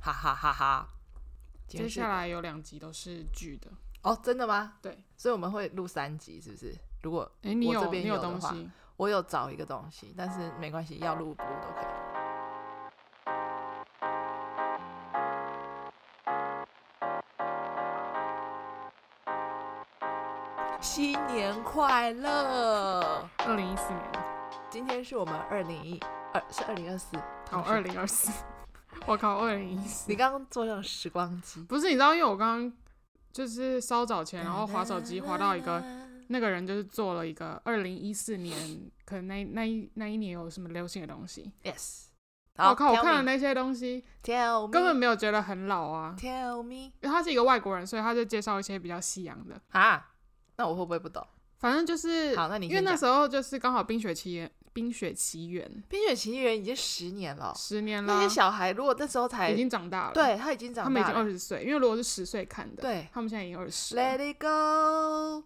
哈哈哈哈。接来下来有两集都是剧的，哦，真的吗？对，所以我们会录三集，是不是？如果哎、你我这有边你有的东话西，我有找一个东西，但是嗯没关系，要录不录都可以。新年快乐！二零一四年，今天是我们二零一二，是二零二四。哦，二零二四， 我靠，二零一四你，刚刚坐上时光机，不是你知道，因为我刚刚就是稍早前，然后滑手机滑到一个，那个人就是做了一个二零一四年，可能那那一那一年有什么流行的东西， yes。我靠，我 tell 看了 me 那些东西， tell me，根本没有觉得很老啊。 tell me 因为他是一个外国人，所以他就介绍一些比较西洋的，啊？那我会不会不懂？反正就是，好，那你因为那时候《候就是刚好《冰雪奇缘》《冰雪奇缘》冰雪奇缘》已经十年了，十年那了些，小孩如果那时候才已经长大了，，哎对他已经他长们已大经二了。十岁，因为如果是十岁看的，对他们现在已经二十。《 Let it go，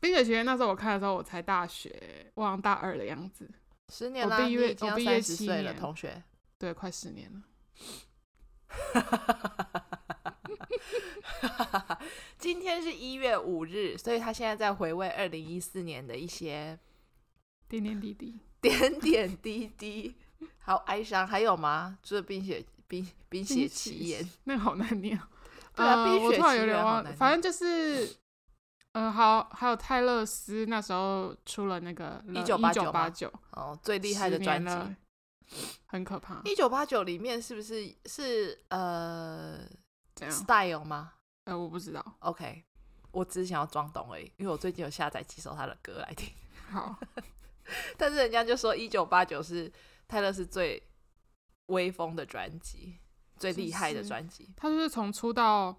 冰雪奇缘》那时候我看的时候，我才大学，我好像大二的样子，十年我啦，毕你业已经我要毕业三十七岁了，年同学。 对，快十年了。今天是一月五日，所以他现在在回味二零一四年的一些点点滴滴，点点滴滴，好哀伤。还有吗？除了冰雪冰冰冰雪雪奇缘，那个好难念哦。 对啊呃冰我雪突然奇有点缘好忘难，反正就是，呃，好，还有泰勒斯那时候出了那个1989九八吗九，哦，最厉害的10专年辑。了，很可怕。一九八九里面是不是是呃怎样？ style 吗呃，我不知道。 ？OK，我只是想要装懂而已，因为我最近有下载几首他的歌来听， 好，但是人家就说一九八九是泰勒是最威风的专辑，最厉害的专辑，他就是从出道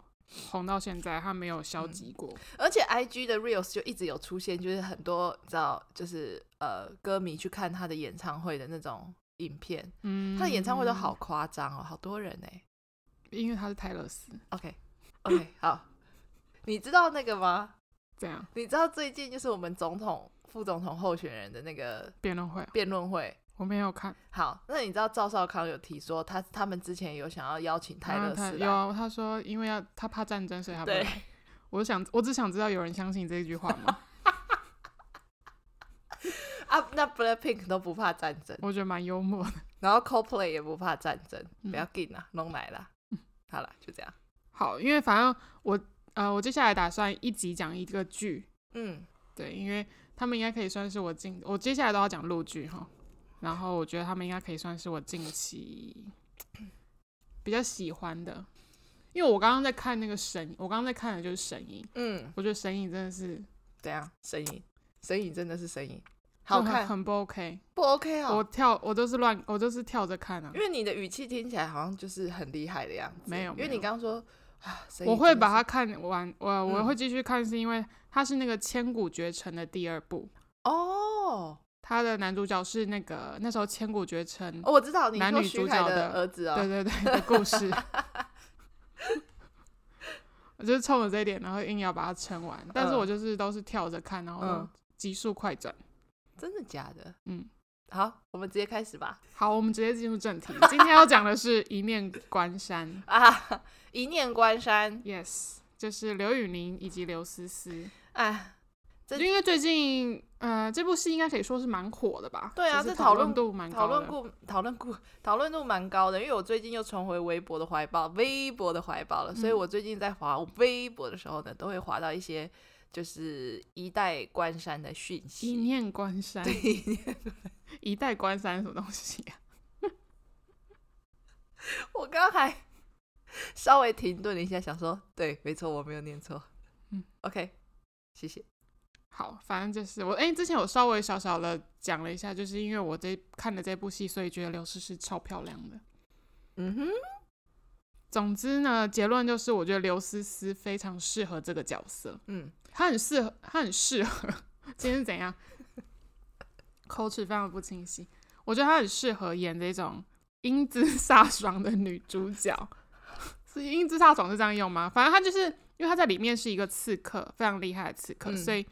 红到现在，他没有消嗯极过。而且 IG 的 reels 就一直有出现，就是很多你知道，就是呃歌迷去看他的演唱会的那种影片，嗯，他的演唱会都好，夸张哦，好多人哎、因为他是泰勒斯， OK OK 好， 你知道那个吗？这样你知道最近就是我们总统、副总统候选人的那个辩论会辩论会。我没有看。好，那你知道赵少康有提说他他们之前有想要邀请泰勒啊他斯有来，啊，他说因为要他怕战争，所以他不对来。我想，我只想知道有人相信这句话 吗？啊，那 Blackpink 都不怕战争，我觉得蛮幽默的。然后 Coldplay 也不怕战争，嗯不要紧啦，弄来啦。好啦，就这样。好，因为反正我呃，我接下来打算一集讲一个剧，嗯，对，因为他们应该可以算是我近，我接下来都要讲陆剧哈。然后我觉得他们应该可以算是我近期 比较喜欢的，因为我刚刚在看那个神，我刚刚在看的就是神影，嗯，我觉得神影真的是怎样？神影，神影真的是神影，好嗯就很看很不 OK。不 OK 我哦？跳，我都是乱，我都是跳着看啊因。为你的语气听起来好像就是很厉害的样子，没有因为没你有刚刚说啊，神我隐会真的把是它看完，我我嗯会继续看，是因为它是那个《千古绝尘》的第二部，哦，它的男主角是那个那时候《千古绝尘》哦，我知道你嗯男说女徐主凯角的的儿子哦，对对对的 故事。我就是冲着这一点，然后硬要把它撑完，但是嗯我就是都是跳着看，然后嗯都急速快转。真的假的？嗯，好，我们直接开始吧。好，我们直接进入正题。今天要讲的是一念关山啊，一念关山， ，yes，就是刘宇宁以及刘思思。哎，这因为最近，呃，这部戏应该可以说是蛮火的吧？对啊就这是讨讨论度蛮讨高论的。度讨论度讨论度蛮高的，因为我最近又重回微博的怀抱，微博的怀抱了，嗯所以我最近在滑微博的时候呢，都会滑到一些就是一代关山的讯一息。念关山，一代关山什么东西啊、 我刚还 稍微停顿了一下，想说，对，没错，我没有念错。嗯，OK，谢谢。好，反正就是我哎、之前有稍微小小的讲了一下，就是因为我这看了这部戏，所以觉得刘诗诗超漂亮的。嗯哼，总之呢，结论就是我觉得刘诗诗非常适合这个角色，嗯，她很适合，她很适合。今天是怎样？口齿非常不清晰。我觉得她很适合演这种英姿飒爽的女主角。是英姿飒爽是这样用吗？反正她就是因为她在里面是一个刺客，非常厉害的刺客，嗯所以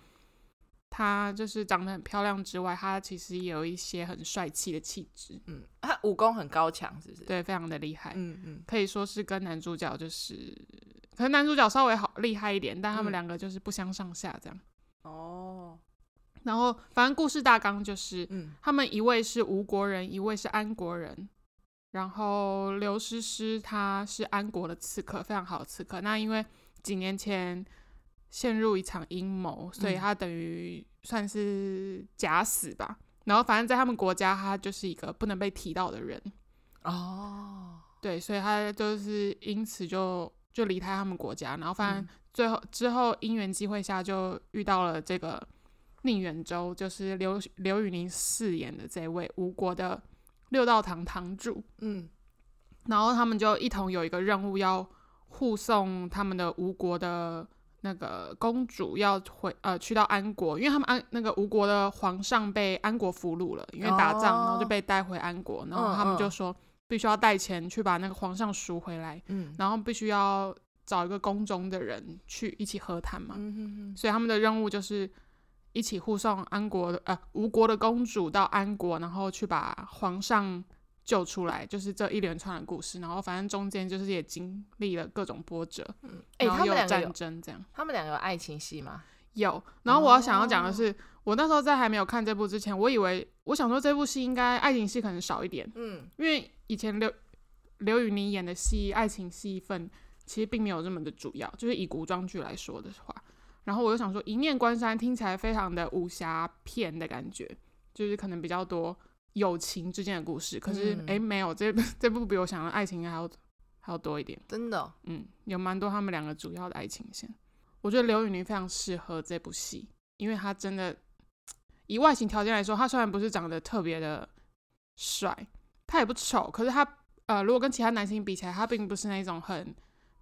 她就是长得很漂亮之外，她其实也有一些很帅气的气质，嗯，他武功很高强，是不是？对，非常的厉害，嗯嗯，可以说是跟男主角就是，可能男主角稍微好厉害一点，但他们嗯两个就是不相上下这样。哦，然后反正故事大纲就是，嗯他们一位是吴国人，一位是安国人。然后刘诗诗她是安国的刺客，非常好的刺客。那因为几年前陷入一场阴谋，所以嗯她等于算是假死吧。然后反正在他们国家，她就是一个不能被提到的人。哦，对，所以他就是因此就就离开他们国家，然后反嗯正最后、之后因缘机会下就遇到了这个宁远舟，就是刘刘宇宁饰演的这位吴国的六道堂堂主，嗯然后他们就一同有一个任务要护送他们的吴国的。那个公主要回呃去到安国，因为他们安那个吴国的皇上被安国俘虏了，因为打仗，然后就哦被带回安国，然后他们嗯就嗯说必须要带钱去把那个皇上赎回来，嗯然后必须要找一个宫中的人去一起和谈嘛。嗯哼哼所以他们的任务就是一起护送安国的呃吴国的公主到安国，然后去把皇上救出来，就是这一连串的故事。然后反正中间就是也经历了各种波折，嗯，哎、然后他们又有两个战有争这样。他们两个有爱情戏吗？有，然后我要想要讲的是，哦我那时候在还没有看这部之前，我以为我想说这部戏应该爱情戏可能少一点，嗯因为以前刘刘宇宁演的戏，爱情戏份其实并没有这么的主要，就是以古装剧来说的话。然后我就想说，《一念关山》听起来非常的武侠片的感觉，就是可能比较多友情之间的故事。可是嗯诶，没有这 这部比我想的爱情还要还要多一点。真的哦、嗯，有蛮多他们两个主要的爱情线。我觉得刘宇宁非常适合这部戏，因为他真的以外形条件来说，他虽然不是长得特别的帅，他也不丑，可是他呃，如果跟其他男星比起来，他并不是那种很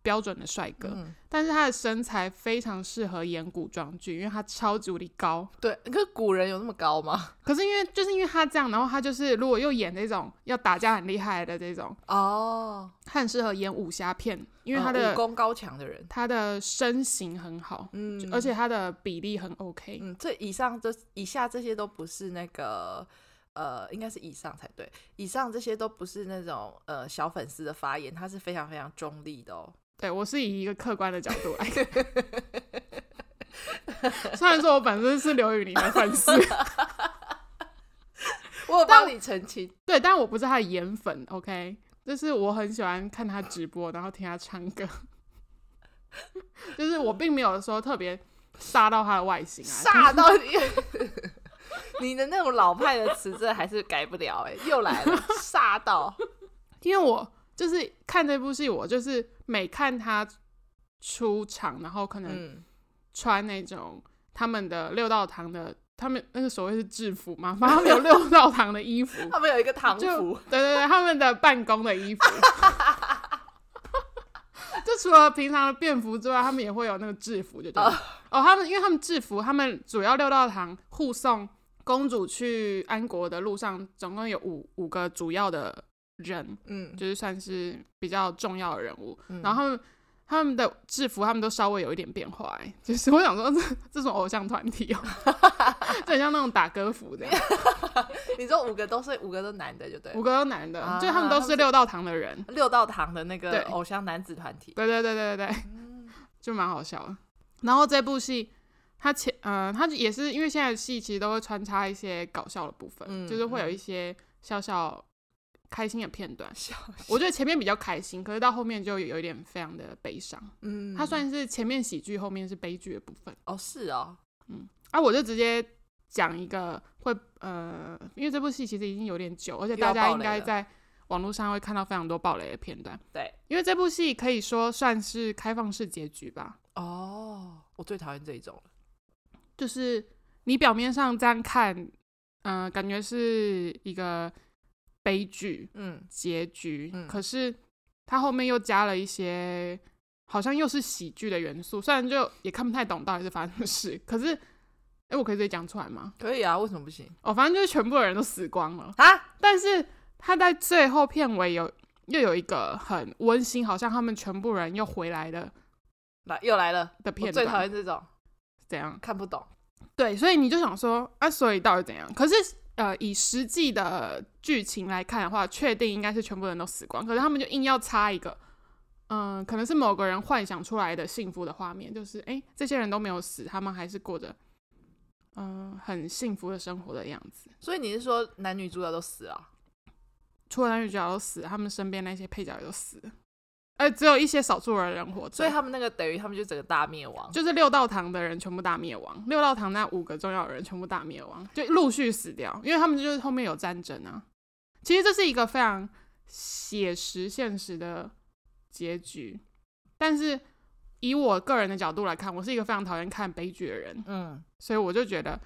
标准的帅哥，嗯，但是他的身材非常适合演古装剧，因为他超级无敌高。对，可是古人有那么高吗？可是因为就是因为他这样，然后他就是如果又演那种要打架很厉害的这种，哦，他很适合演武侠片，因为嗯他的、武功高强的人，他的身形很好，嗯就而且他的比例很 OK，、嗯，这以上这以下这些都不是那个。呃，应该是以上才对。以上这些都不是那种呃小粉丝的发言，他是非常非常中立的哦。对我是以一个客观的角度来看。虽然说我本身是刘宇宁的粉丝， 我有帮你澄清，对，但我不是他的颜粉，OK，就是我很喜欢看他直播，然后听他唱歌， 就是我并没有说特别杀到他的外形 啊，煞到你，你的那种老派的词真的还是改不了哎、又来 了，煞到，因为我就是看这部戏，我就是每看他出场，然后可能嗯，穿那种他们的六道堂的，他们那个所谓是制服嘛，反正他们有六道堂的衣服，他们有一个唐就哦服，对对对，他们的办公的衣服。就除了平常的便服之外，他们也会有那个制服，就对了。哦，他们因为他们制服，他们主要六道堂护送公主去安国的路上，总共有五五个主要的人，嗯，就是算是比较重要的人物。嗯然后他们他们的制服，他们都稍微有一点变化、欸，就是我想说这这种偶像团体哦、 就很像那种打歌服这样， 你说五个都是五个都男的就对了五，个都男的，啊就他们都他们是是六道堂的人，六道堂的那对个偶像男子团体，对对对对对对，嗯就蛮好笑的。然后这部戏，它前呃，它也是因为现在的戏其实都会穿插一些搞笑的部分，嗯就是会有一些小小开心的片段。笑死，我觉得前面比较开心，可是到后面就有一点非常的悲伤。嗯，它算是前面喜剧，后面是悲剧的部分。哦是哦，啊，我就直接讲一个会呃，因为这部戏其实已经有点久，而且又要大家爆应雷该了在网络上会看到非常多暴雷的片段。对，因为这部戏可以说算是开放式结局吧，哦，我最讨厌这一种了，就是你表面上这样看，嗯、感觉是一个悲剧嗯结局，嗯可是它后面又加了一些。好像又是喜剧的元素，虽然就也看不太懂到底是发生什么事， 可是，哎、我可以直接讲出来吗？可以啊，为什么不行哦，反正就是全部的人都死光了，啊？但是他在最后片尾有又有一个很温馨，好像他们全部人又回来的来又来了，我的片最讨段，厌这种怎样？看不懂，对，所以你就想说啊，所以到底怎样？可是呃，以实际的剧情来看的话，确定应该是全部人都死光，可是他们就硬要插一个，嗯、可能是某个人幻想出来的幸福的画面，就是诶，这些人都没有死，他们还是过着嗯、很幸福的生活的样子。所以你是说男女主角都死了？除了男女主角都死，他们身边那些配角也都死了，呃，只有一些少数的人活着，所以他们那个等于他们就整个大灭亡。就是六道堂的人全部大灭亡，六道堂那五个重要的人全部大灭亡，就陆续死掉，因为他们就是后面有战争啊。其实这是一个非常写实现实的结局，但是以我个人的角度来看，我是一个非常讨厌看悲剧的人，嗯，所以我就觉得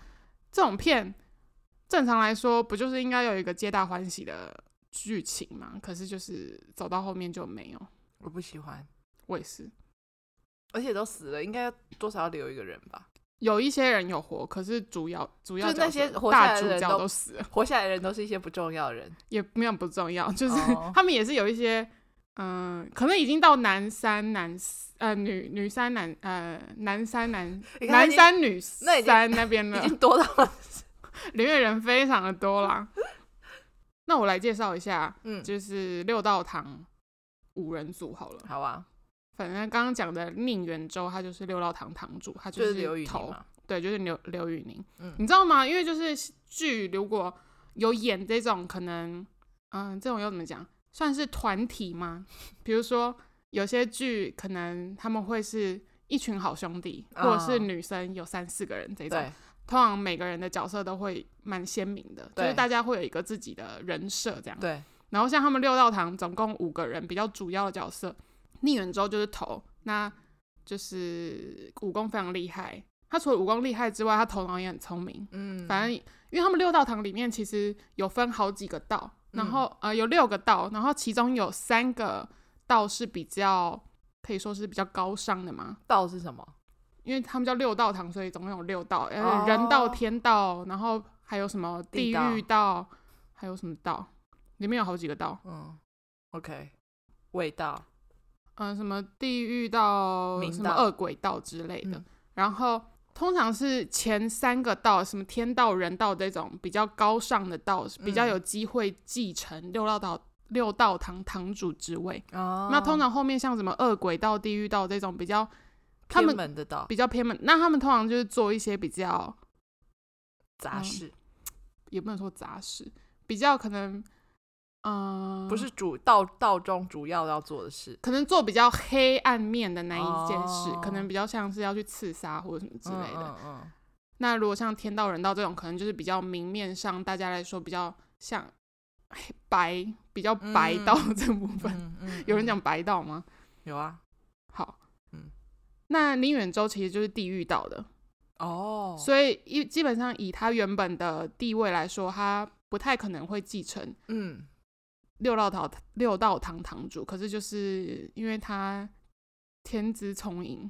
这种片正常来说不就是应该有一个皆大欢喜的剧情吗？可是就是走到后面就没有，我不喜欢，我也是。而且都死了，应该多少要留一个人吧？ 有一些人有活，可是主要主要就那角色些活下大来主的人角都都死了，活下来的人都是一些不重要的人。也没有不重要，就是、哦 他们也是有一些，嗯、可能已经到男三男四呃女女三男呃男三男 你看他已男经三女那已经三那边已了，经多到了，里面人非常的多啦。 那我来介绍一下，嗯，就是六道堂五人组好了。好啊，反正刚刚讲的宁远洲，他就是六道堂堂主，他就就是刘宇宁头，嘛，对，就是刘刘宇宁。嗯你知道吗？因为就是剧如果有演这种可能，嗯、这种又怎么讲，算是团体吗？比如说有些剧可能他们会是一群好兄弟，啊或者是女生有三四个人这种，对，通常每个人的角色都会蛮鲜明的，就对是大家会有一个自己的人设这样。对，然后像他们六道堂总共五个人比较主要的角色，宁远舟就是头，那就是武功非常厉害。他除了武功厉害之外，他头脑也很聪明。嗯，反正因为他们六道堂里面其实有分好几个道，然后、呃有六个道，然后其中有三个道是比较可以说是比较高尚的嘛，道是什么？因为他们叫六道堂，所以总共有六道，哦呃人道、天道，然后还有什么地地道狱道，还有什么道，里面有好几个道。嗯，OK，味道，嗯、什么地狱道、明什么道恶鬼道之类的。嗯然后通常是前三个道，什么天道、人道这种比较高尚的道，比较嗯有机会继承六道道六道堂堂主之位。哦，那通常后面像什么恶鬼道、地狱道这种比较，他偏们门的道，比较偏门，那他们通常就是做一些比较，杂嗯事也不能说杂事，比较可能，嗯、不是主道道中主要要做的事可能做比较黑暗面的那一件事，哦可能比较像是要去刺杀或者什么之嗯类的。嗯嗯那如果像天道人道这种，可能就是比较明面上大家来说比较像黑白，比较白道这部分。嗯嗯，有人嗯讲白道吗？有啊，好，嗯，那宁远舟其实就是地狱道的，哦，所以一基本上以他原本的地位来说，他不太可能会继承嗯，六道堂六道堂堂主，可是就是因为他天资聪颖，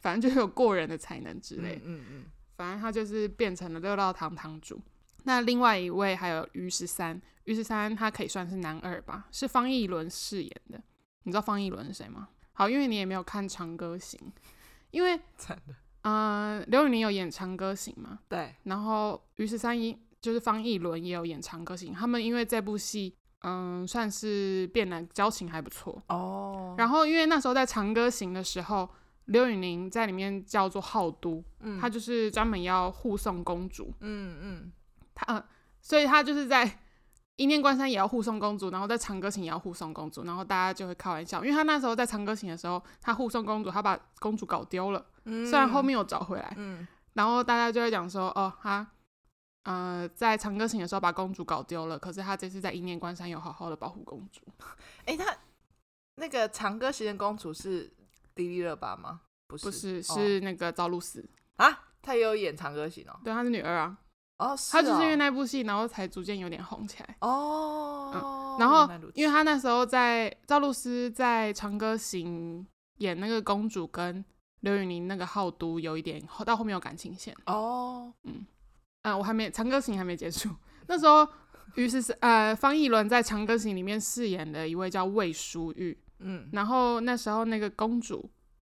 反正就是有过人的才能之类的嗯嗯嗯，反正他就是变成了六道堂堂主。那另外一位还有于十三，于十三他可以算是男二吧，是方逸伦饰演的。你知道方逸伦是谁吗？好，因为你也没有看《长歌行》，因为惨的，呃，刘宇宁有演《长歌行》嘛，对，然后于十三一就是方逸伦也有演《长歌行》，他们因为这部戏，嗯，算是变得交情还不错。哦，然后因为那时候在《长歌行》的时候，刘宇宁在里面叫做浩都，嗯他就是专门要护送公主，嗯嗯，他、呃、所以他就是在《一念关山》也要护送公主，然后在《长歌行》也要护送公主，然后大家就会开玩笑，因为他那时候在《长歌行》的时候，他护送公主，他把公主搞丢了，虽然后面有找回来，嗯，然后大家就会讲说，哦，他呃在《长歌行》的时候把公主搞丢了，可是他这次在《一念关山》有好好的保护公主，哎，他那个长歌实验公主是迪丽热巴吗？不是，不是哦是那个赵露思，啊，她也有演长歌行哦，对，她是女儿啊，哦，是她就是因为哦那部戏，然后才逐渐有点红起来。哦，嗯然后原来如，因为此他那时候在赵露思在《长歌行》演那个公主，跟刘宇宁那个浩都有一点后到后面有感情线。哦，嗯、我还没《长歌行》还没结束，那时候于是是呃方逸伦在《长歌行》里面饰演的一位叫魏淑玉，嗯然后那时候那个公主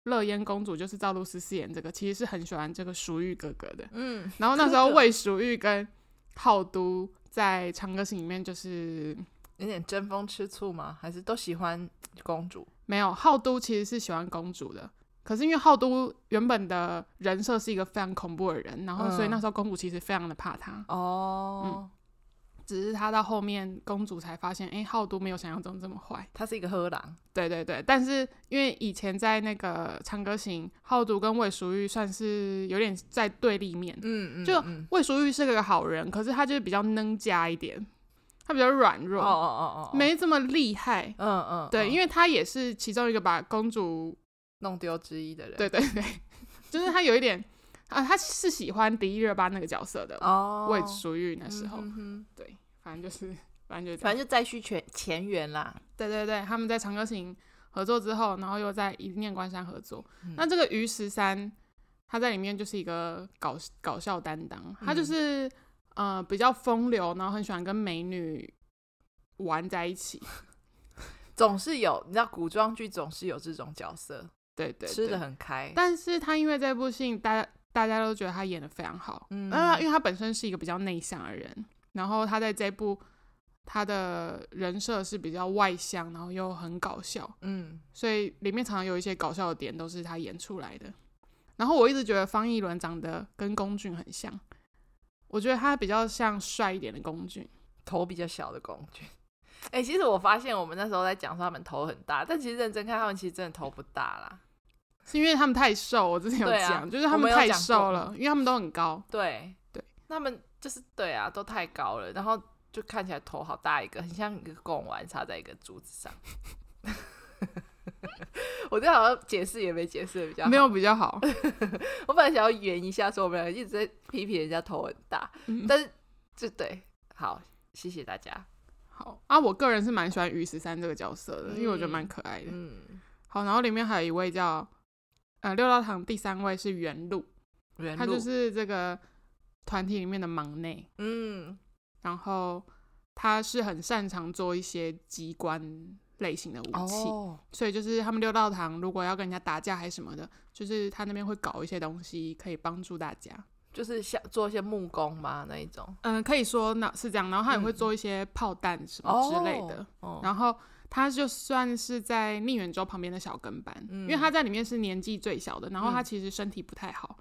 乐嫣公主就是赵露思饰演这个，其实是很喜欢这个淑玉哥哥的。嗯，然后那时候哥哥魏淑玉跟浩都在《长歌行》里面就是有点争风吃醋吗？还是都喜欢公主？没有，浩都其实是喜欢公主的。可是因为浩都原本的人设是一个非常恐怖的人，然后所以嗯那时候公主其实非常的怕他，嗯哦，只是他到后面公主才发现，哎、浩都没有想象中这么坏。她是一个喝狼，对对对，但是因为以前在那个《长歌行》，浩都跟魏淑玉算是有点在对立面。嗯嗯，就嗯魏淑玉是个好人，可是她就是比较能家一点，她比较软哦弱，哦哦哦，哦，没这么厉害。嗯嗯，对，因为为她也是其中一个把公主，弄丢之一的人，对对对， 就是她有一点啊，她是喜欢迪丽热巴那个角色的。哦，魏淑玉那时候，嗯哼哼对，反正就是，反正就是这样，反正就再续前前缘啦，对对对，他们在长歌行合作之后，然后又在一念关山合作。嗯那这个于十三，他在里面就是一个搞搞笑担当，嗯他就是、呃比较风流，然后很喜欢跟美女玩在一起。总是有，你知道古装剧总是有这种角色，对对吃的对很开，但是他因为这部戏，大家大家都觉得他演的非常好，嗯呃，因为他本身是一个比较内向的人，然后他在这部他的人设是比较外向，然后又很搞笑，嗯，所以里面常常有一些搞笑的点都是他演出来的。然后我一直觉得方逸伦长得跟龚俊很像，我觉得他比较像帅一点的龚俊。头比较小的公爵。哎、其实我发现我们那时候在讲说他们头很大，但其实认真看他们其实真的头不大啦。是因为他们太瘦，我之前有对啊讲，就是他我们们有太讲过瘦了，因为他们都很高。对对，他们就是对啊，都太高了，然后就看起来头好大一个，很像一个贡丸插在一个竹子上。 我这好像解释也没解释的比较好没，有比 较好，我本来想要圆一下，说我们两个一直在批评人家头很大，嗯但是这对好，谢谢大家。好啊！我个人是蛮喜欢于十三这个角色的，因为我觉得蛮可爱的。嗯，好，然后里面还有一位叫呃六道堂第三位是袁璐，原他路就是这个团体里面的忙内。嗯然后他是很擅长做一些机关类型的武器，哦所以就是他们六道堂如果要跟人家打架还是什么的，就是他那边会搞一些东西可以帮助大家。就是像做一些木工嘛那一种嗯、可以说那是这样，然后他也会做一些炮弹什么之类的。。哦，然后他就算是在宁远州旁边的小跟班，嗯因为他在里面是年纪最小的，然后他嗯其实身体不太好，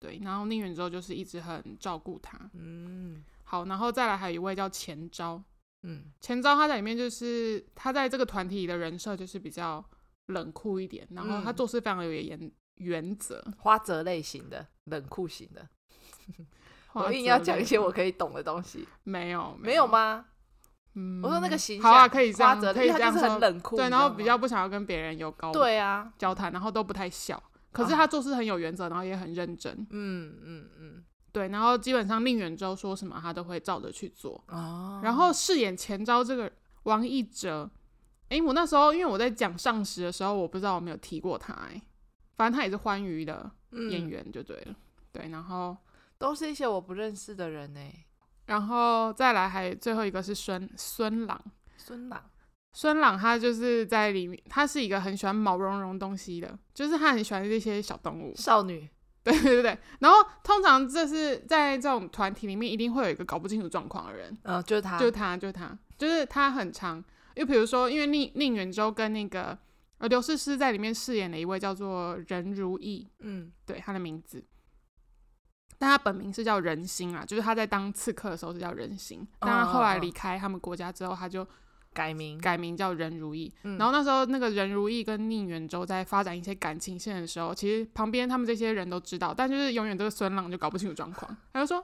对，然后宁远州就是一直很照顾他。嗯好，然后再来还有一位叫钱昭，嗯钱昭他在里面就是他在这个团体里的人设就是比较冷酷一点，然后他嗯做事非常有原原则。花泽类型的冷酷型的，花我硬泽要讲类一些我可以懂的东西，没有没有？吗？嗯我说那个形象，好啊，可以这花样，泽可类，以因为他这样就是很说。冷酷，对，你然后知道比吗较不想要跟别人有高对啊，交谈，然后都不太笑。可是啊他做事很有原则，然后也很认真。嗯嗯嗯对，然后基本上宁远舟说什么他都会照着去做。哦，然后饰演前招这个王一哲，诶，我那时候因为我在讲上时的时候，我不知道我没有提过他、诶，反正他也是欢娱的演嗯员就对了，对，然后都是一些我不认识的人呢，然后再来还最后一个是孙孙朗，孙朗，孙朗他就是在里面，他是一个很喜欢毛茸茸东西的，就是他很喜欢这些小动物，少女， 对对对对，然后通常这是在这种团体里面一定会有一个搞不清楚状况的人，嗯，就是他，就他，就他，就是他很长。又比如说，因为宁宁远舟跟那个呃刘诗诗在里面饰演了一位叫做任如意，嗯对他的名字，但他本名是叫任心啊，就是他在当刺客的时候是叫任心，但他后嗯来嗯嗯离开他们国家之后，他就改名，改名叫任如意。嗯然后那时候那个任如意跟宁远舟在发展一些感情线的时候，其实旁边他们这些人都知道，但就是永远这个孙朗就搞不清楚状 况，他就说。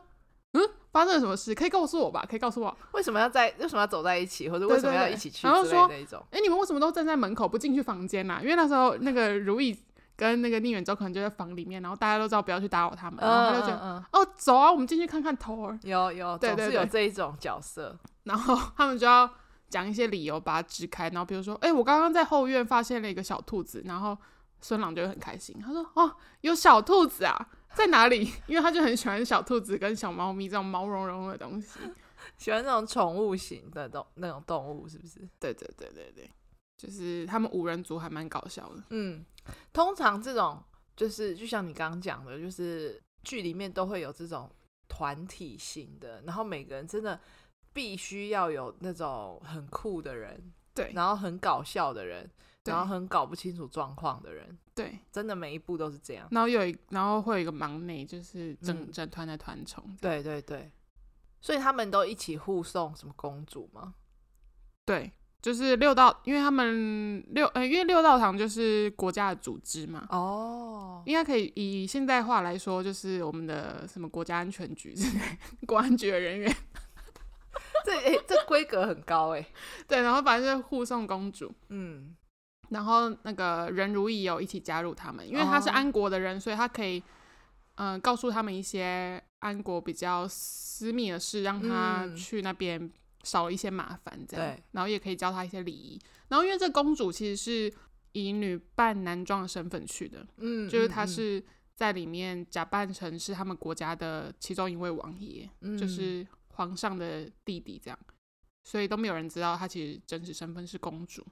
嗯，发生了什么事？可以告诉我吧？可以告诉我。为什么要在为什么要走在一起，或者对为什么对要对一起去之然后类说的一种，哎、你们为什么都站在门口不进去房间啦、啊因为那时候那个如意跟那个宁远舟可能就在房里面，然后大家都知道不要去打扰他们，然后他就讲、嗯，哦，走啊，我们进去看看头儿，有有，对总对是有对这一种角色，然后他们就要讲一些理由把它支开，然后比如说，哎、我刚刚在后院发现了一个小兔子，然后孙朗就会很开心，他说哦，有小兔子啊。在哪里？ 因为他就很喜欢小兔子跟小猫咪这种毛茸茸的东西。喜欢那种宠物型的动那种动物，是不是？对对对对对。就是他们五人组还蛮搞笑的。嗯，通常这种就是就像你刚刚讲的，就是剧里面都会有这种团体型的，然后每个人真的必须要有那种很酷的人，对然后很搞笑的人，对然后很搞不清楚状况的人，对，真的每一部都是这样。然后有一，然后会有一个忙内，就是整、嗯整团的团宠。对对对，所以他们都一起护送什么公主吗？对，就是六道，因为他们六，呃，因为六道堂就是国家的组织嘛，哦，应该可以以现代化来说，就是我们的什么国家安全局之类，国安局的人员，这诶、这规格很高诶、对，然后反正就是护送公主，嗯，然后那个任如意也有一起加入他们，因为他是哦安国的人，所以他可以，嗯、告诉他们一些安国比较私密的事，让他嗯去那边少一些麻烦，这样，对然后也可以教他一些礼仪。然后因为这公主其实是以女扮男装的身份去的，嗯，就是嗯她，是在里面假扮成是他们国家的其中一位王爷，嗯就，是皇上的弟弟这样，所以都没有人知道她其实真实身份是公主。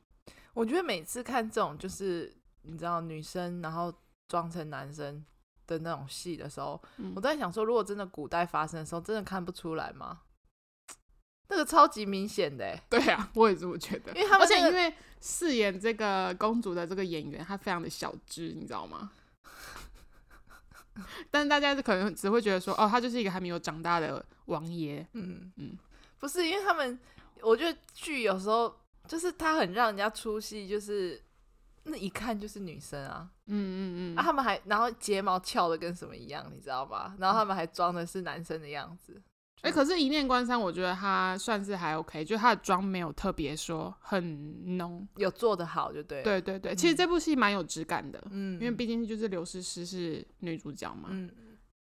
我觉得每次看这种就是你知道女生然后装成男生的那种戏的时候，嗯我都在想说，如果真的古代发生的时候，真的看不出来吗？那个超级明显的、欸，对啊，我也这么觉得。因为他们而且那个因为饰演这个公主的这个演员，她非常的小只，你知道吗？ 但大家可能只会觉得说，哦，他就是一个还没有长大的王爷。嗯嗯，不是因为他们，我觉得剧有时候就是他很让人家出戏，就是那一看就是女生啊，嗯嗯嗯，啊，他们还然后睫毛翘的跟什么一样，你知道吗？然后他们还装的是男生的样子，哎、可是《一念关山》，我觉得他算是还 OK，就他的妆没有特别说很浓。有做的好就对了，对对对，其实这部戏蛮有质感的，嗯，因为毕竟就是刘诗诗是女主角嘛，嗯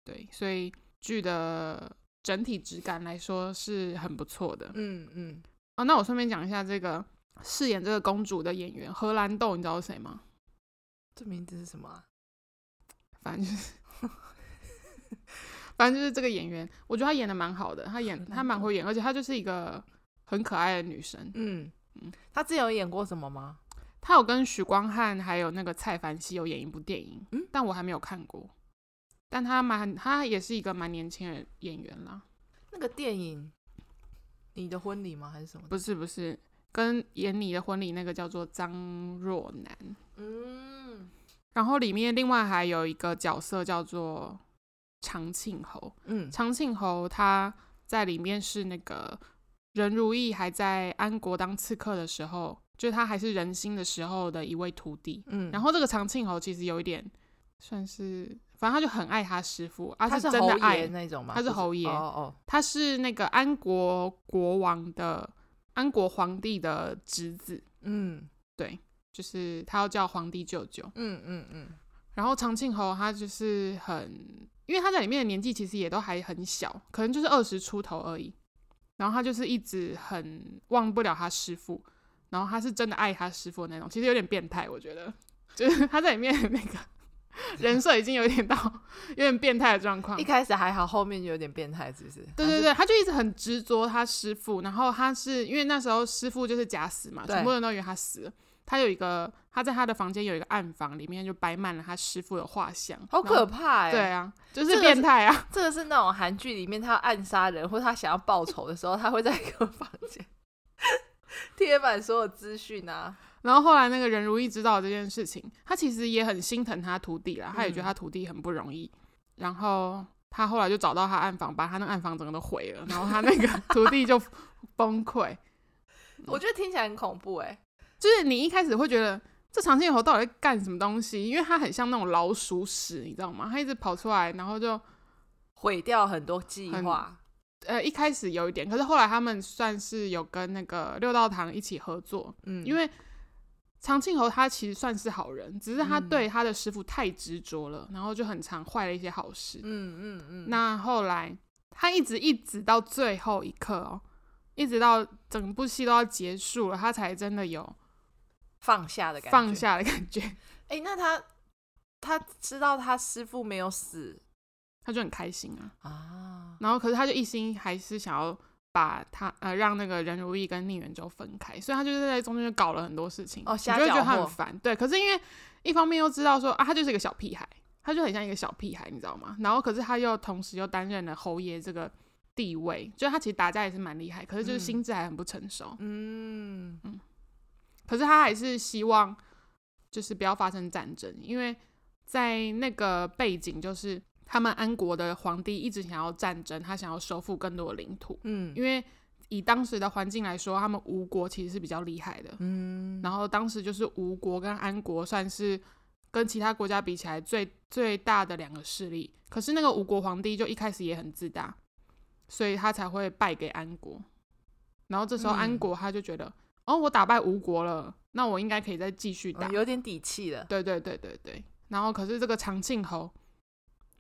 对，所以剧的整体质感来说是很不错的。嗯嗯，啊，那我顺便讲一下这个饰演这个公主的演员荷兰豆，你知道是谁吗？这名字是什么、啊？反正就是 反正就是这个演员，我觉得她演的蛮好的，她演荷兰她蛮豆会演，而且她就是一个很可爱的女生。嗯嗯，他之前有演过什么吗？她有跟许光汉还有那个蔡凡熙有演一部电影，嗯但我还没有看过。但她蛮，她也是一个蛮年轻的演员啦，那个电影《你的婚礼》吗？还是什么？不是不是，跟演你的婚礼那个叫做张若楠，嗯然后里面另外还有一个角色叫做长庆侯，嗯长庆侯他在里面是那个任如意还在安国当刺客的时候，就是他还是人心的时候的一位徒弟。嗯，然后这个长庆侯其实有一点算是，反正他就很爱他师傅，啊他是真的侯爷爱，那种吗？他是不侯爷哦哦，他是那个安国国王的安国皇帝的侄子，嗯就是他要叫皇帝舅舅。嗯嗯嗯然后长庆侯他就是很，因为他在里面的年纪其实也都还很小，可能就是二十出头而已。然后他就是一直很忘不了他师傅，然后他是真的爱他师傅的那种，其实有点变态，我觉得，就是 他在里面的那个人设已经有点到 有点变态的状况一。开始还好，后面就有点变态，是不是？对对对，他就一直很执着他师傅，然后他是因为那时候师傅就是假死嘛，对全部人都以为他死了。他有一个，他在他的房间有一个暗房，里面就摆满了他师傅的画像，好然后可怕哎、对，啊，就这是个变是态啊！ 这个是那种韩剧里面他要暗杀人或他想要报仇的时候，他会在一个房间 贴满所有资讯啊。然后后来那个任如意知道这件事情，他其实也很心疼他徒弟啦，他也觉得嗯他徒弟很不容易。然后他后来就找到他暗房，把他那个暗房整个都毁了，然后他那个徒弟就崩溃。 我觉得听起来很恐怖哎、就是你一开始会觉得这长颈猴到底在干什么东西，因为它很像那种老鼠屎，你知道吗？它一直跑出来，然后就毁掉很多计很划。呃一开始有一点，可是后来他们算是有跟那个六道堂一起合作，嗯，因为长庆侯他其实算是好人，只是他嗯对他的师傅太执着了，然后就很常坏了一些好事。嗯嗯嗯，那后来他一直一直到最后一刻哦，一直到整部戏都要结束了，他才真的有放下的感觉。放下的感觉， 哎、那他他知道他师傅没有死他就很开心啊。啊？然后可是他就一心还是想要把他呃让那个任如意跟宁远舟分开，所以他就是在中间就搞了很多事情，哦你就瞎会觉得搅他很和烦。对，可是因为一方面又知道说啊，他就是一个小屁孩，他就很像一个小屁孩，你知道吗？然后可是他又同时又担任了侯爷这个地位，就是他其实打架也是蛮厉害，可是就是嗯心智还很不成熟，嗯，可是他还是希望就是不要发生战争，因为在那个背景就是他们安国的皇帝一直想要战争，他想要收复更多的领土，嗯因为以当时的环境来说，他们吴国其实是比较厉害的，嗯，然后当时就是吴国跟安国算是跟其他国家比起来最最大的两个势力。可是那个吴国皇帝就一开始也很自大，所以他才会败给安国。然后这时候安嗯国他就觉得，哦，我打败吴国了，那我应该可以再继续打。哦有点底气了。对对对对对。然后可是这个长庆侯，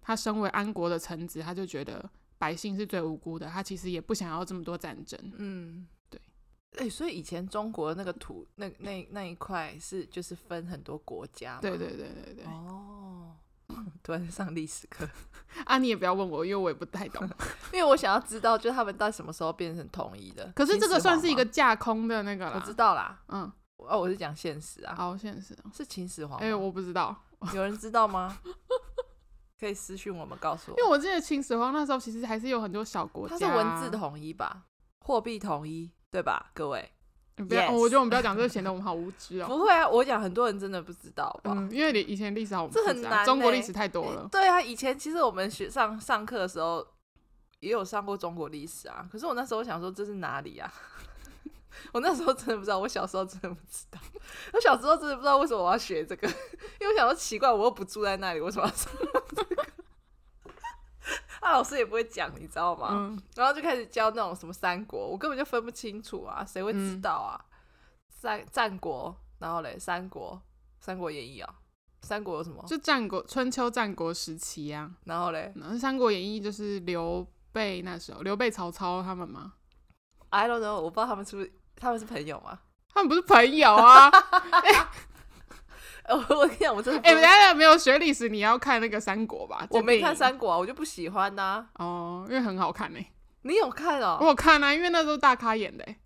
他身为安国的臣子，他就觉得百姓是最无辜的，他其实也不想要这么多战争。嗯，对。哎、所以以前中国那个土那那那一块是就是分很多国家嘛，对对对对对。哦， 突然上历史课， 啊，你也不要问我，因为我也不太懂。因为我想要知道，就是他们到底什么时候变成统一的？可是秦这个始算皇是一吗个，架空的那个我啦知，道啦。嗯，哦，我是讲现实啊，好现实哦。是秦始皇吗。哎、我不知道， 有人知道吗？可以私讯我们告诉因为我。我记得秦始皇那时候其实还是有很多小国它家，啊是文字。统一吧，货币统一对吧？各位你不要哦 Yes 我觉得我们不要讲这个，显得我们好无知哦。不会啊，我讲很多人真的不知道吧？嗯，因为你以前历史好复杂，这很难中国欸历史太多了。对啊，以前其实我们学上上课的时候也有上过中国历史啊，可是我那时候想说这是哪里啊？ 我那时候真的不知道，我小时候真的不知道，我小时候真的不知道为什么我要学这个，因为我想说奇怪，我又不住在那里，为什么要上这个？啊，老师也不会讲，你知道吗？嗯，然后就开始教那种什么三国，我根本就分不清楚啊，谁会知道啊？嗯三战国，然后嘞，三国，《三国演义》啊，三国有什么？就战国、春秋战国时期啊，然后嘞然后《三国演义》就是刘备那时候，刘备、曹操他们嘛， ，I don't know，我不知道他们是不是他们是朋友吗？ 他们不是朋友啊。呃我我跟你讲，我真的不哎、欸，大家没有学历史，你要看那个三国吧？我这没电看影三国啊，我就不喜欢呐、哦，因为很好看呢、你有看哦？我有看啊，因为那都是大咖演的、欸。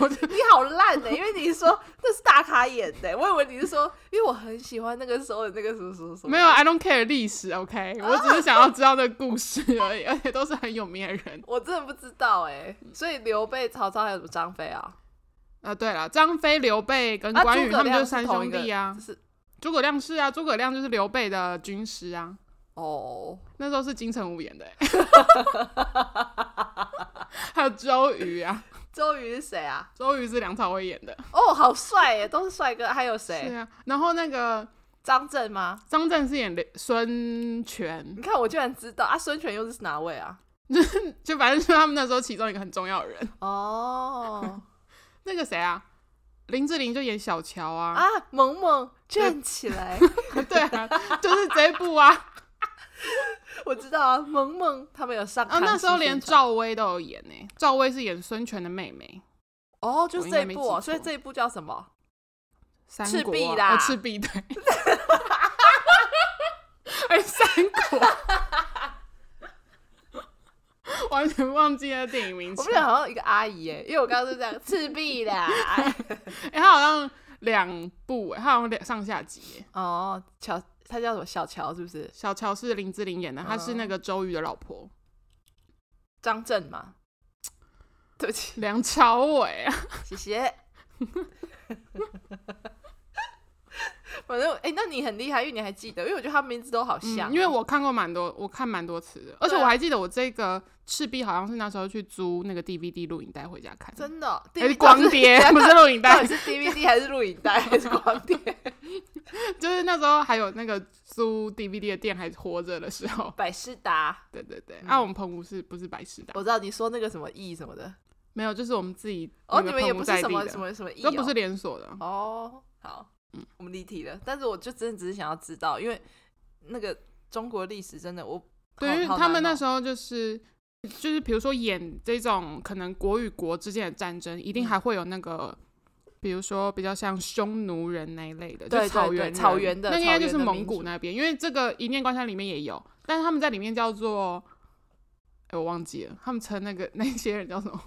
我就你好烂欸的、因为你说那是大咖演的、欸我以为你是说，因为我很喜欢那个时候的那个什么什么什么。没有，I 啊 don't care 历史，OK，我 只是想要知道这个故事而已，而且都是很有名的人。我真的不知道哎、所以刘备、曹操还有什么张飞啊？啊，对了，张飞、刘备跟啊关诸羽、葛他们就亮是是三同一兄弟个啊就。是诸葛亮是啊，诸葛亮就是刘备的军师啊，哦，那时候是金城武演的、欸， 还有周瑜啊，周瑜是谁啊？周瑜是梁朝伟演的，哦，好帅耶，都是帅哥。还有是谁？啊。然后那个张震吗？张震是演刘孙权，你看我居然知道啊！孙权又是哪位啊？就反正就是他们那时候其中一个很重要的人。哦那个谁啊，林志玲就演小乔啊，啊，萌萌站起来， 对啊，就是这一部啊。 我知道啊，萌萌他们有上啊，康熙那时候连宣传赵薇都有演呢、赵薇是演孙权的妹妹，哦，就我是应这该一没部哦，记所以错这一部叫什么？三赤国、啊、壁啦哦赤壁对。哎，三国，完全忘记了电影名我称们。俩好像一个阿姨耶，因为我刚刚是这样赤壁 啦。哎、他好像两部、哎，他好像两上下集、哎哦，乔，他叫什么？小乔是不是？小乔是林志玲演的，她是哦那个周瑜的老婆，张震嘛？ 对不起，梁朝伟啊。谢谢。反正哎、那你很厉害，因为你还记得，因为我觉得他们名字都好像哦、嗯，因为我看过蛮多，我看蛮多次的，而且对啊我还记得我这个赤壁好像是那时候去租那个 DVD 录影带回家看，真的哦、还是 DVD 光碟，不是录影到底带，是 DVD 还是录影带还是光碟？ 就是那时候还有那个租 DVD 的店还活着的时候，百事达，对对对，嗯啊，我们澎湖是不是百事达？我知道你说那个什么 E 什么的，没有，就是我们自己哦，那你个们也澎不湖是在什地么什的，么什么 E，、都哦、不是连锁的，哦，好，嗯我们离题了，但是我就真的只是想要知道，因为那个中国历史真的我，对，因为好哦他们那候时候就是。就是比如说演这种可能国与国之间的战争，一定嗯还会有那个，比如说比较像匈奴人那一类的，对就对草对原人草原的那应该草就原是的蒙民古族那边，因为这个《一念关山》里面也有，但是他们在里面叫做哎、我忘记了，他们称那个 那些人叫什么？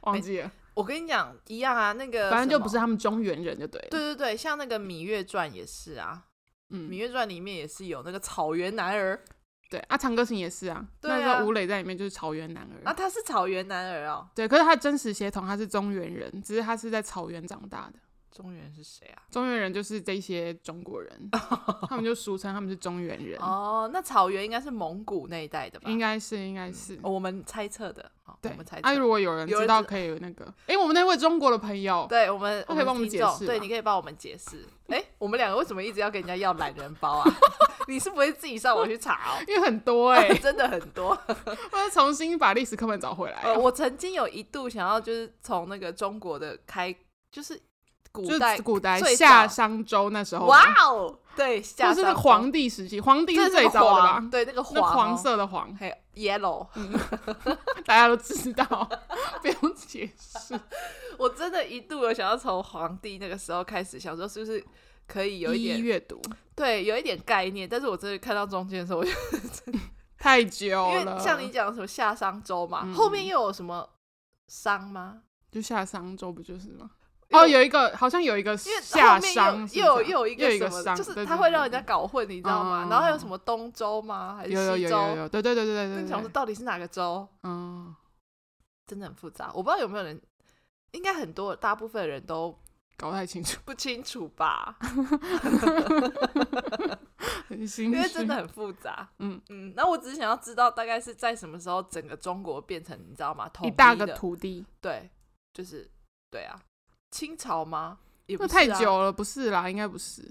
忘记了，我跟你讲一样啊，那个反正就什么不是他们中原人就对了。对，对对，像那个《芈月传》也是啊，《芈嗯，月传》里面也是有那个草原男儿对啊，长歌行也是啊，对啊那个吴磊在里面就是草原男儿。啊，他是草原男儿哦。对，可是他真实血统他是中原人，只是他是在草原长大的。中原是谁啊？中原人就是这些中国 人，他们就俗称他们是中原人，哦，那草原应该是蒙古那一带的吧？应该是应该是。哦我们猜测的，好，哦我对们猜，啊，测。如果有人有人知知道，可以那个，哎、我们那位中国的朋友，对我们，那可以帮我们听解众释对，吧你可以帮我们解释。哎，我们两个为什么一直要跟人家要懒人包啊？ 你是不会自己上网去查 哦？因为很多哎、真的很 多。我要重新把历史课本找回来呃，哦、我曾经有一度想要就是从那个中国的开，就是古代就是古代最夏早商周那时候，哇，哦，对，就夏是那商个周皇帝时期，皇帝这是最那个早的黄吧？对，那个那黄黄哦，色的黄， 还有 yellow， 大家都知道，不用解释。我真的一度有想要从皇帝那个时候开始，想说是不是可以有一一一点阅读对，有一点概念，但是我真的看到中间的时候，我就太久因了，为像你讲的什么夏商周嘛，嗯后面又有什么商吗？就夏商周不就是吗？因为哦，有一个好像有一个因为夏后面商，是不是又有啊又有一又有一什么商，的，就对是它会让人。对家对搞混，你知道吗？嗯然后还有什么东周吗？还是有有西有周？有有，对对对对对那对想对说，到底是哪个周？嗯，真的很复杂，我不知道有没有人，应该很多大部分人都搞不太清楚，不清楚吧，很心因虚为真的，很复杂。嗯嗯，那我只是想要知道大概是在什么时候整个中国变成你知道吗？统一一大个的土地，对，就是对啊，清朝吗？也不那是啊太，久了，不是啦，应该不是。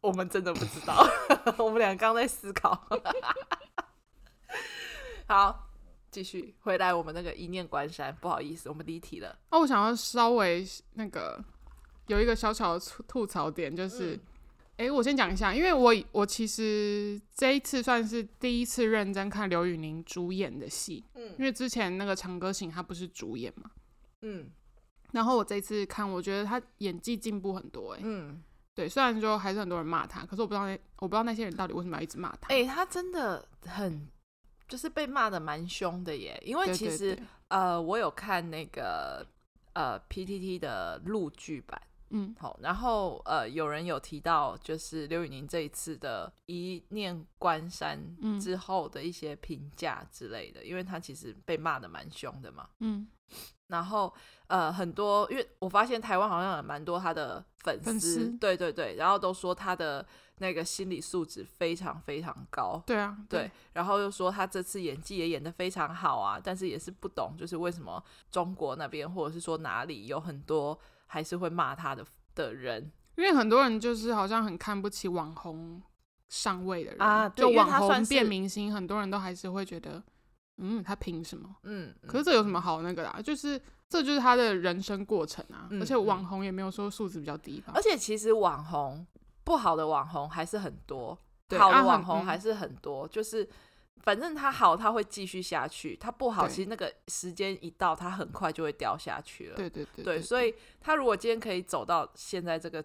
我们真的不知道， 我们俩刚在思考。 好，继续回来我们那个一念关山，不好意思，我们离题了。哦，我想要稍微那个有一个小小的吐吐槽点，就是，嗯诶，我先讲一下，因为我我其实这一次算是第一次认真看刘宇宁主演的戏，因嗯为之前那个《长歌行》他不是主演嘛，嗯然后我这一次看，我觉得他演技进步很多、诶，嗯，对，虽然说还是很多人骂他，可是我不知道那我不知道那些人到底为什么要一直骂他。哎、他真的很。就是被骂的蛮凶的耶，因为对其对实对呃，我有看那个呃 PTT 的录剧版，嗯，好，然后呃，有人有提到就是刘宇宁这一次的《一念关山嗯》之后的一些评价之类的，因为他其实被骂的蛮凶的嘛。嗯，然后呃，很多因为我发现台湾好像也蛮多他的粉粉丝对对对，然后都说他的那个心理素质非常非常高。对啊，对，然后又说他这次演技也演得非常好啊，但是也是不懂，就是为什么中国那边或者是说哪里有很多还是会骂他的的人因为很多人就是好像很看不起网红上位的人啊对就因为他网算红是变明星，很多人都还是会觉得，嗯，他凭什么？嗯，嗯可是这有什么好那个的、啊？就是这就是他的人生过程啊，嗯而且网红也没有说素质比较低吧而。且其实网红不好的网红还是很多，对好啊的很网红嗯还是很多，就是反正他好他会继续下去，他不好对其实那个时间一到，他很快就会掉下去了。对对对对，所以他如果今天可以走到现在这个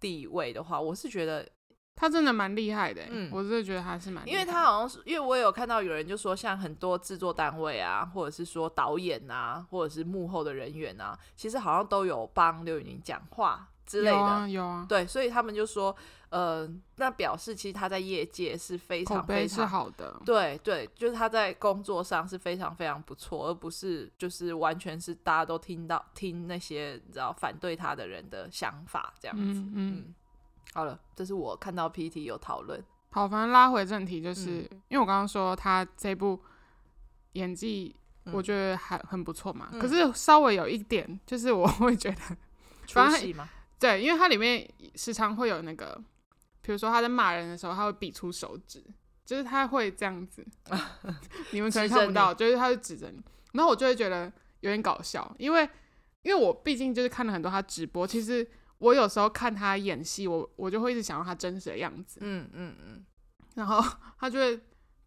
地位的话，我是觉得，他真的蛮厉害的欸、嗯我真的觉得他是蛮厉因害的，为他好像是，因为我有看到有人就说，像很多制作单位啊，或者是说导演啊，或者是幕后的人员啊，其实好像都有帮刘宇宁讲话之类的。有啊有啊，对，所以他们就说，呃，那表示其实他在业界是非口常非碑是常好的，对对，就是他在工作上是非常非常不错，而不是就是完全是大家都听到听那些你知道反对他的人的想法这样子。嗯嗯。好了，这是我看到 PT 有讨论，好，反正拉回正题，就是、嗯因为我刚刚说他这部演技，嗯我觉得还很不错嘛。嗯可是稍微有一点，就是我 会觉得，出反正戏吗？对，因为它里面时常会有那个，比如说他在骂人的时候，他会比出手指，就是他会这样 子，你们可指着能看不到，就是他会指着你，然后我就会觉得有点搞笑，因为因为我毕竟就是看了很多他直播，其实我有时候看他演戏，我我就会一直想到他真实的样子。嗯嗯嗯，然后 他就会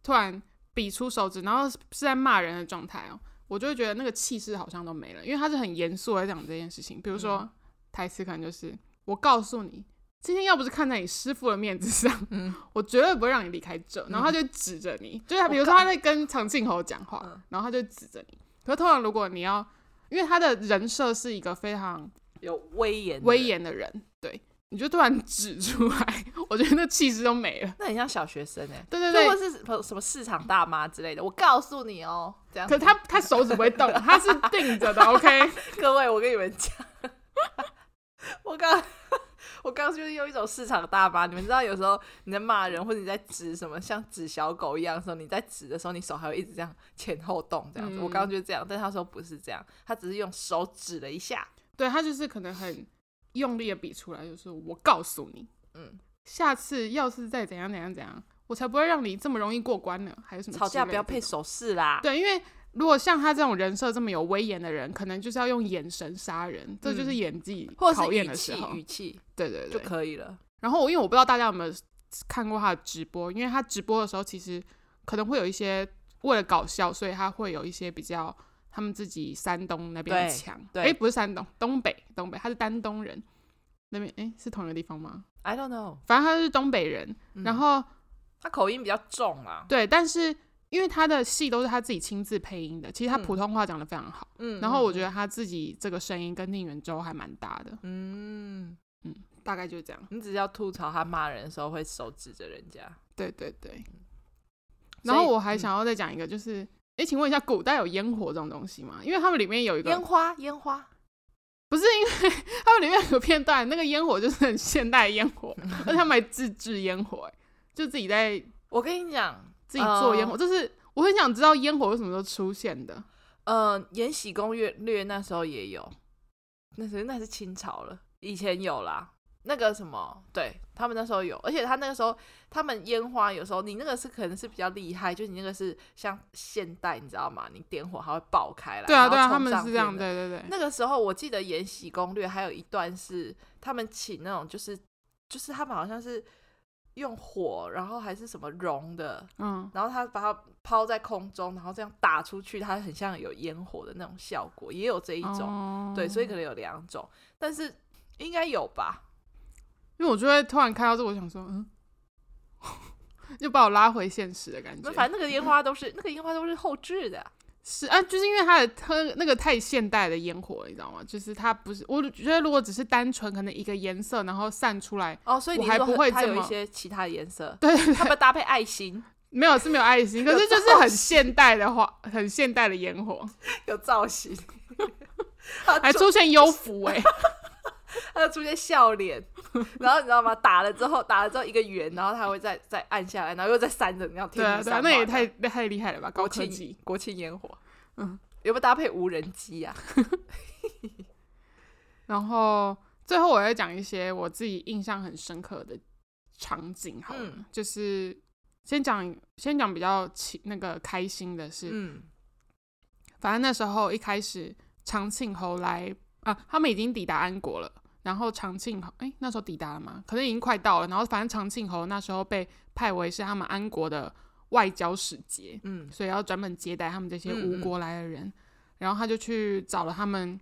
突然比出手指，然后是是在骂人的状态哦，我就会觉得那个气势好像都没了，因为他是很严肃来讲这件事情。比如说、嗯台词可能就是“我告诉你，今天要不是看在你师傅的面子上，嗯 我绝对不会让你离开这。然后他就指着你，就是他比如说我靠他在跟常庆侯讲话，嗯然后他就指着你。可是通常如果你要，因为他的人设是一个非常有威严，威。严的人，对，你就突然指出来， 我觉得那气势都没了。那很像小学生哎、对对就对或，是什么什么市场大妈之类的，我告诉你哦，这样子。可他他手指不会动，他是定着的。OK， 各位，我跟你们讲， 我刚 我刚就是用一种市场大妈，你们知道有时候你在骂人或者你在指什么，像指小狗一样的时候，你在指的时候，你手还会一直这样前后动这样子。嗯我刚刚就这样，但他说不是这样，他只是用手指了一下。对他就是可能很用力的比出来，就是我告诉你，嗯，下次要是再怎样怎样怎样，我才不会让你这么容易过关呢。还有什么吵架之类的不要配手势啦。哦对，因为如果像他这种人设这么有威严的人，可能就是要用眼神杀人，这就是演技嗯或者考是验语的时气候，。语气对对就对。可以了。然后我因为我不知道大家有没有看过他的直播，因为他直播的时候其实可能会有一些为了搞笑，所以他会有一些比较他们自己山东那边的对腔。对诶不是山东，东北，东北，他是丹东人。那边诶，是同一个地方吗？ I don't know，反正他是东北人，嗯然后他口音比较重啊啦。对，但是因为他的戏都是他自己亲自配音的，其实他嗯普通话讲的非常好。嗯，然后我觉得，得他自己这个声音跟宁远舟还蛮搭的，嗯，大概就是这样。你只要吐槽他骂人的时候会手指着人家。对对对。嗯所然后以我还嗯想要再讲一个，就是，诶，请问一下，古代有烟火这种东西吗？因为他们里面有一个烟，花，烟花，不是因为他们里面有个片段，那个烟火就是很现代的烟 火，而且他们还自制烟火、诶就自己在我跟你讲，自己做烟火，呃就是我很想知道烟火是什么时候出现的。呃，《延禧攻略》略那时候也有，那时候那是清朝了，以前有啦。那个什么，对他们那时候有，而且他那个时候，他们烟花有时候你那个是可能是比较厉害，就你那个是像现代，你知道吗？你点火还会爆开来，对啊然后对啊，冲他们上是这样，天对对对，那个时候我记得《延禧攻略》还有一段是他们请那种就是就是他们好像是用火，然后还是什么熔的，嗯，然后他把它抛在空中，然后这样打出去，它很像有烟火的那种效果，也有这一种。哦对，所以可能有两种，但是应该有吧？因为我就会突然看到这，我想说，嗯， 就把我拉回现实的感觉那。反正那个烟花都是那个烟花都是后置的，是啊，就是因为它的它那个太现代的烟火了，你知道吗？就是它不是，我觉得如果只是单纯可能一个颜色，然后散出来，哦，所以我你还说不它会它这有一么些其他的颜色，对对它对，们搭配爱心，没有是没有爱心，可是就是很现代的花，很现代的烟火， 有造 型，它 还出出现幽浮 哎、它就出现笑脸，然后你知道吗？打了之后打了之后一个圆，然后它会再再按下来，然后又再扇着，你要对天啊上对啊，那也太太厉害了吧，高国科技庆。国庆烟火，嗯，有没有搭配无人机啊？然后最后我要讲一些我自己印象很深刻的场景好了，嗯就是先讲先讲比较起那个开心的事，嗯反正那时候一开始长庆侯来啊，他们已经抵达安国了。然后长庆侯，哎，那时候抵达了吗？可能已经快到了。然后反正长庆侯那时候被派为是他们安国的外交使节，嗯所以要专门接待他们这些嗯吴嗯国来的人。然后他就去找了他们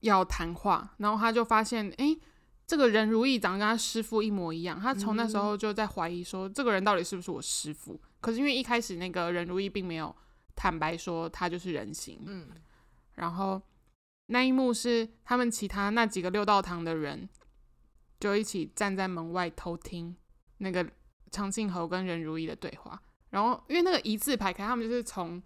要谈话，然后他就发现，哎，这个人如意长得跟他师傅一模一样。他从那时嗯候就在怀疑说，这个人到底是不是我师傅？可是因为一开始那个人如意并没有坦白说他就是人形，嗯然后那一幕是他们其他那几个六道堂的人就一起站在门外偷听那个长庆侯跟任如意的对话。然后因为那个一字排开，他们就是从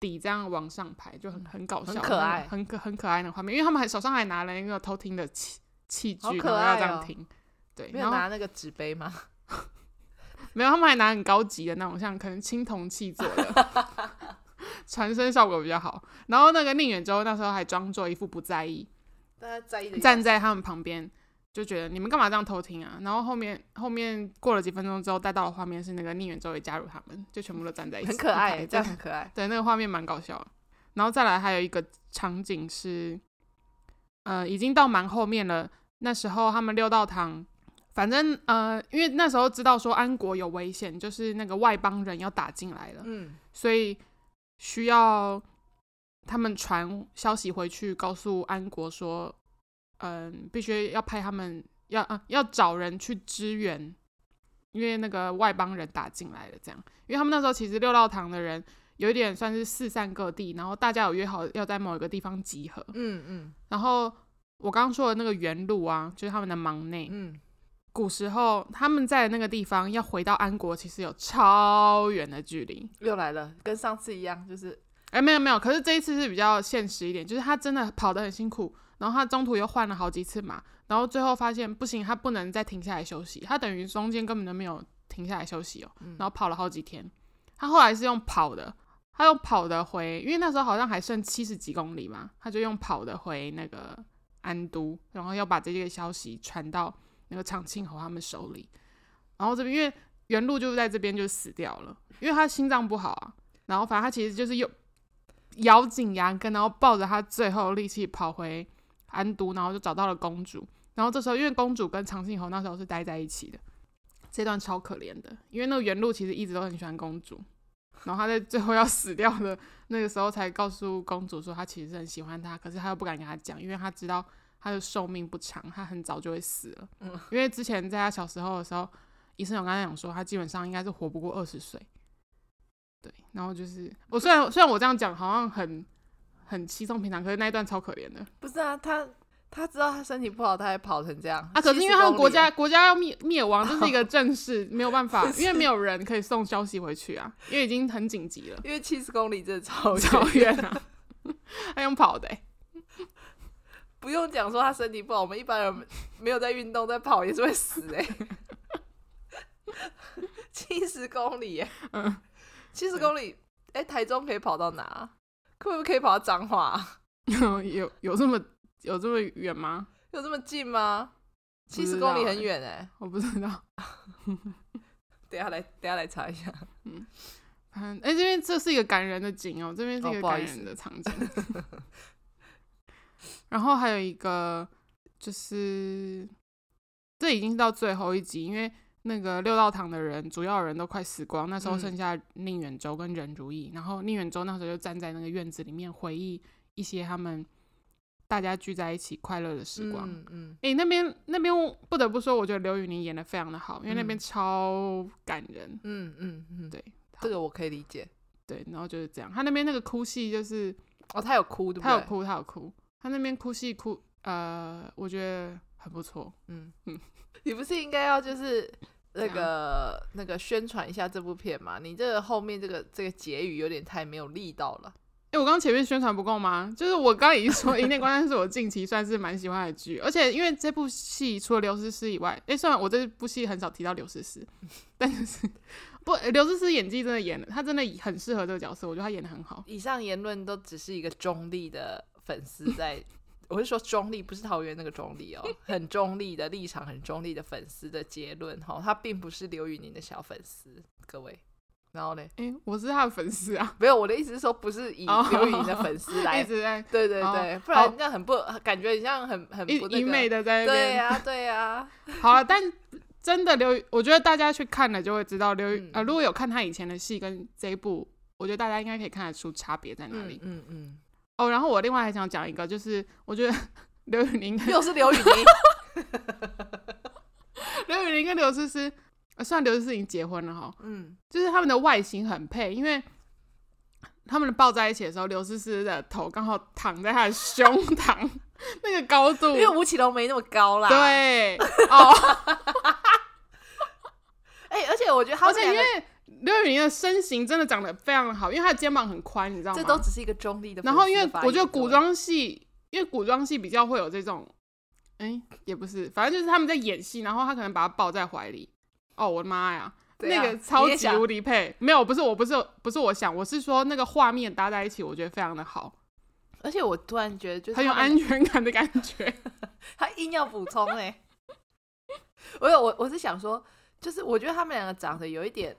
底这样往上排，就很很搞笑，嗯很可爱那个很可很可爱的画面。因为他们还手上还拿了一个偷听的器器好具，可然后要爱这样哦听。对，没有然后拿那个纸杯吗？没有，他们还拿很高级的那种，像可能青铜器做的， 传声效果比较好。然后那个宁远舟那时候还装作一副不在意， 大家在意的站在他们旁边，就觉得你们干嘛这样偷听啊？然后后面后面过了几分钟之后，带到的画面是那个宁远舟也加入他们，就全部都站在一起，很可一排爱，欸这对样很可爱。 对，那个画面蛮搞笑的。然后再来还有一个场景是，呃，已经到蛮后面了。那时候他们六道堂，反正呃，因为那时候知道说安国有危险，就是那个外邦人要打进来了，嗯所以需要他们呃传消息回去，告诉安国说，嗯、必须要派他们要啊要找人去支援，因为那个外邦人打进来了，这样，因为他们那时候其实六道堂的人有一点算是四散各地，然后大家有约好要在某一个地方集合，嗯嗯然后我刚刚说的那个原路啊，就是他们的忙内，嗯，古时候他们在那个地方要回到安国，其实有超远的距离，又来了，跟上次一样，就是哎，没有没有，可是这一次是比较现实一点，就是他真的跑得很辛苦，然后他中途又换了好几次马，然后最后发现不行，他不能再停下来休息，他等于中间根本就没有停下来休息哦，然后跑了好几天，他后来是用跑的，他用跑的回，因为那时候好像还剩七十几公里嘛，他就用跑的回那个安都，然后要把这个消息传到那个长庆侯他们手里，然后这边因为原路就在这边就死掉了，因为他心脏不好啊。然后反正他其实就是又咬紧牙根，然后抱着他最后的力气跑回安都，然后就找到了公主。然后这时候，因为公主跟长信侯那时候是待在一起的，这段超可怜的，因为那个原路其实一直都很喜欢公主，然后他在最后要死掉的那个时候才告诉公主说他其实是很喜欢她，可是他又不敢跟她讲，因为他知道他的寿命不长，他很早就会死了。嗯因为之前在他小时候的时候，医生有跟他讲说他基本上应该是活不过二十岁。对，然后就是我虽然虽然我这样讲好像很很稀松平常，可是那一段超可怜的不是啊，他他知道他身体不好，他还跑成这样啊！可是因为70他们国公里家国家要灭灭亡，这是一个正事，没有办法，因为没有人可以送消息回去啊，因为已经很紧急了，因为七十公里真的超远超远啊， 还用跑的欸、 不用讲说他身体不好，我们一般人没有在运动，在跑也是会死哎、 七十公里耶、嗯，七十对公里，哎、台中可以跑到哪啊？可不可以跑到彰化啊？有有有这么有这么远吗？有这么近吗？不七知十道公里很欸远哎、我不知道，等一下来，等一下来查一下。反正哎、这边这是一个感人的景哦，这边是哦一个不好感意思人的场景。 然后还有一个就是，这已经是到最后一集，因为那个六道堂的人主要人都快死光，那时候嗯剩下宁远舟跟任如意。然后宁远舟那时候就站在那个院子里面回忆一些他们大家聚在一起快乐的时光。嗯嗯，诶，那边那边我不得不说，我觉得刘宇宁演的非常的好，因为那边嗯超感人。嗯嗯嗯，对，这个我可以理解。对，然后就是这样。他那边那个哭戏就是哦，他有哭对不对？他有，哭，他有哭，他那边哭戏哭，呃，我觉得很不错。嗯嗯嗯。 你不是应该要就是那怎样个那个宣传一下这部片吗？你这个后面这个这个结语有点太没有力道了。哎、我刚刚前面宣传不够吗？就是我刚刚已 经说，《一念关山》是我近期算是蛮喜欢的剧，而且因为这部戏除了刘诗诗以外，哎、虽然我这部戏很少提到刘诗 诗，但是不，刘诗诗演技真的演的，她真的很适合这个角色，我觉得她演的很好。以上言论都只是一个中立的粉丝在， 我是说中立，不是桃园那个中立 哦，很中立的立场，很中立的粉丝的结论哈、哦，他并不是刘宇宁的小粉丝，各位。然后嘞，哎、我是她的粉丝啊，没有，我的意思是说，不是以哦刘宇宁的粉丝来 一直在对对哦对，不好然这样很不，感觉你像很很一不那一个。昧的在那对边呀、对啊呀、好了，但真的刘宇，我觉得大家去看了就会知道刘宇、嗯呃，如果有看他以前的戏跟这一部，我觉得大家应该可以看得出差别在哪嗯里、嗯嗯，哦。然后我另外还想讲一个，就是我觉得刘宇宁 跟又是刘宇 宁，刘宇宁跟刘诗诗，呃虽然刘诗诗已经结婚了哈，嗯就是他们的外形很配，因为。他们抱在一起的时候，刘诗诗的头刚好躺在他的胸膛 那个高度， 因为啊吴奇隆没那么高啦。， 对哦，哎、而且我觉得他而们两且因个为刘宇宁的身形真的长得非常好，因为他的肩膀很宽，你知道吗？这都只是一个中立的粉然丝的发言。啊后因为我觉得各古位装戏，因为古装戏比较会有这种，哎、也不是，反正就是他们在演戏，然后他可能把他抱在怀里。哦，我的妈呀，对啊那个超你也级想无敌配！没有，不是，我不是，不是我想，我是说那个画面搭在一起，我觉得非常的好，而且我突然觉得，就是很有他们安全感的感 觉。他硬要补充哎、我有我我是想说，就是我觉得他们两个长得有一点，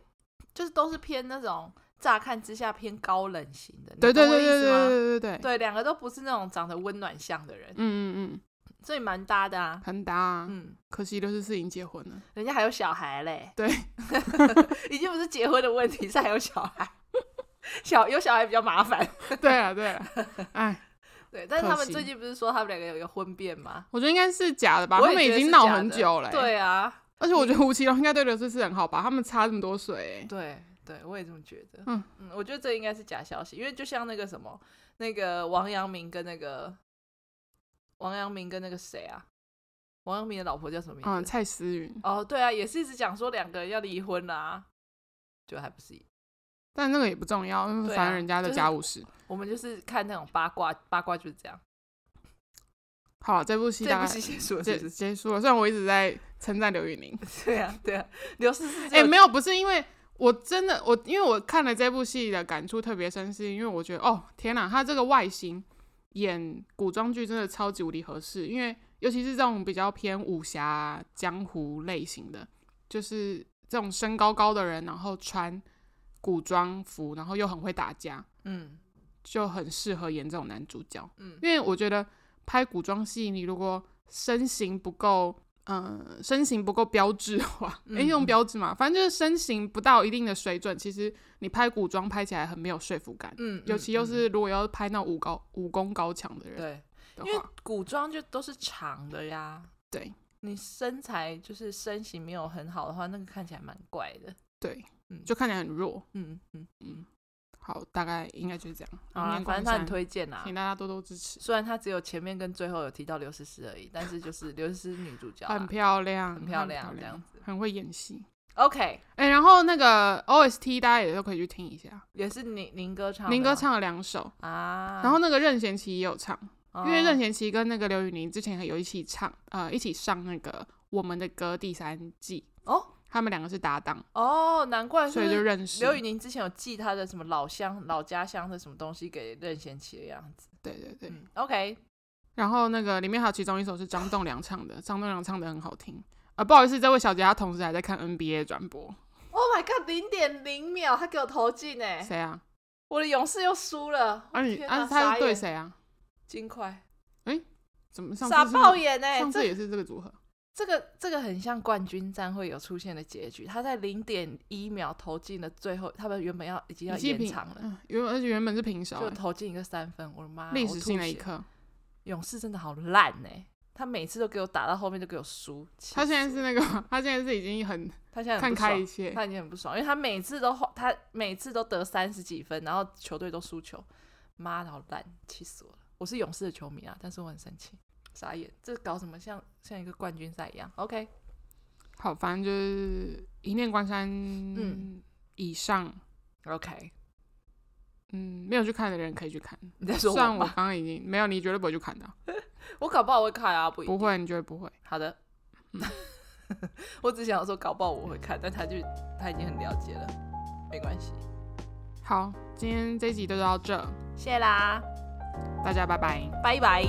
就是都是偏那种乍看之下偏高冷型的，你对对懂我对意对思对吗对对对，对，两个都不是那种长得温暖像的人，嗯嗯所以蛮搭的啊嗯，。很搭、啊。嗯，可惜刘诗诗已经结婚 了。人家还有小孩嘞，对， 已经不是结婚的问题，是还有小孩，小有小孩比较麻烦。对啊对啊，哎，对，但是他可们惜最近不是说他们两个有一个婚变吗？我觉得应该是假的吧，我他也们觉已得经是闹假很的久了欸、对啊，而且我觉得吴奇隆应该对刘诗诗很好吧，他们差这么多岁欸、对对，我也这么觉得。嗯嗯，我觉得这应该是假消息，因为就像那个什么，那个王阳明跟那个王阳明跟那个谁啊，王阳明的老婆叫什么名字？嗯，蔡思芸，哦，对啊，也是一直讲说两个人要离婚啦、就还不是一但那个也不重要，对啊反正人家的就是家务事。我们就是看那种八卦，八卦就是这样。好了，这部戏这大部 概戏结束了，结是不是？结束了。虽然我一直在称赞刘宇宁，对 啊，对啊，刘诗诗只哎、有没有，不是因为我真的我，因为我看了这部戏的感触特别深，是因为我觉得哦天哪，他这个外形演古装剧真的超级无敌合适，因为尤其是这种比较偏武侠江湖类型的，就是这种身高高的人，然后穿古装服，然后又很会打架，嗯就很适合演这种男主角。嗯因为我觉得拍古装戏，你如果身形不够，嗯、身形不够标志的话，嗯诶，用标志嘛，反正就是身形不到一定的水准，其实你拍古装拍起来很没有说服感。嗯，尤其嗯又嗯是如果要拍那武高武功高强的人对，的因为话，古装就都是长的呀。对，你身材就是身形没有很好的话，那个看起来蛮怪的。对，嗯就看起来很弱。嗯嗯嗯，好，大概应该就是这样。好啦，明年反正光他山很，推啊荐啦请。大家多多支持，虽然他只有前面跟最后有提到刘诗诗而 已，但是就是刘诗诗女主角啦很漂亮，啊很漂漂亮亮，这样子很会演戏。 OK，哎、然后那个 OST 大家也都可以去听一下，也是宁宁哥唱的吗，宁哥唱了两首，啊，然后那个任贤齐也有唱，哦因为任贤齐跟那个刘宇宁之前有一起唱，呃，一起上那个《我们的歌》第三季哦，他们两个是搭档，哦，难怪所以就是认识。刘宇宁之前有寄他的什么老乡、老家乡的什么东西给任贤齐的样子。对对对，嗯，OK，然后那个里面还有其中一首是张栋梁唱的，张栋梁唱的很好听。啊，不好意思，这位小姐她同时还在看 NBA 转播， Oh my god，零点零秒，他给我投进哎！谁啊？我的勇士又输了。啊你天啊，哪她傻是对眼谁啊？金块，怎么上傻次爆是？眼哎！上次这也是这个组合，这个这个很像冠军战会有出现的结局。他在零点一秒投进了最后，他们原本要已经要季延平长，了，嗯原本而且原本是平手、就欸投进一个三分。我的妈！历我史吐性的一血。刻。勇士真的好烂哎！他每次都给我打到后面就给我输。气他现在死是那个，他现在是已经很我他现在很嗯不爽看开一切，他已经很不爽，因为他每次都花他每次都得三十几分，然后球队都输球，妈的好烂，气死我了！我是勇士的球迷啊，但是我很生气，傻眼，这搞什么像像一个冠军赛一样？OK，好，反正就是一念关山，嗯，以上， OK，嗯，没有去看的人可以去看。你在说虽我然我吗？刚刚已经没有，你绝对不会去看的，我搞不好会嗯看啊，不一定不。会，你绝对不会。好的， 我只想要说搞不好我会看，但他就他已经很了解了，没关系，好，今天这一集就到这，谢啦，大家拜拜。拜拜。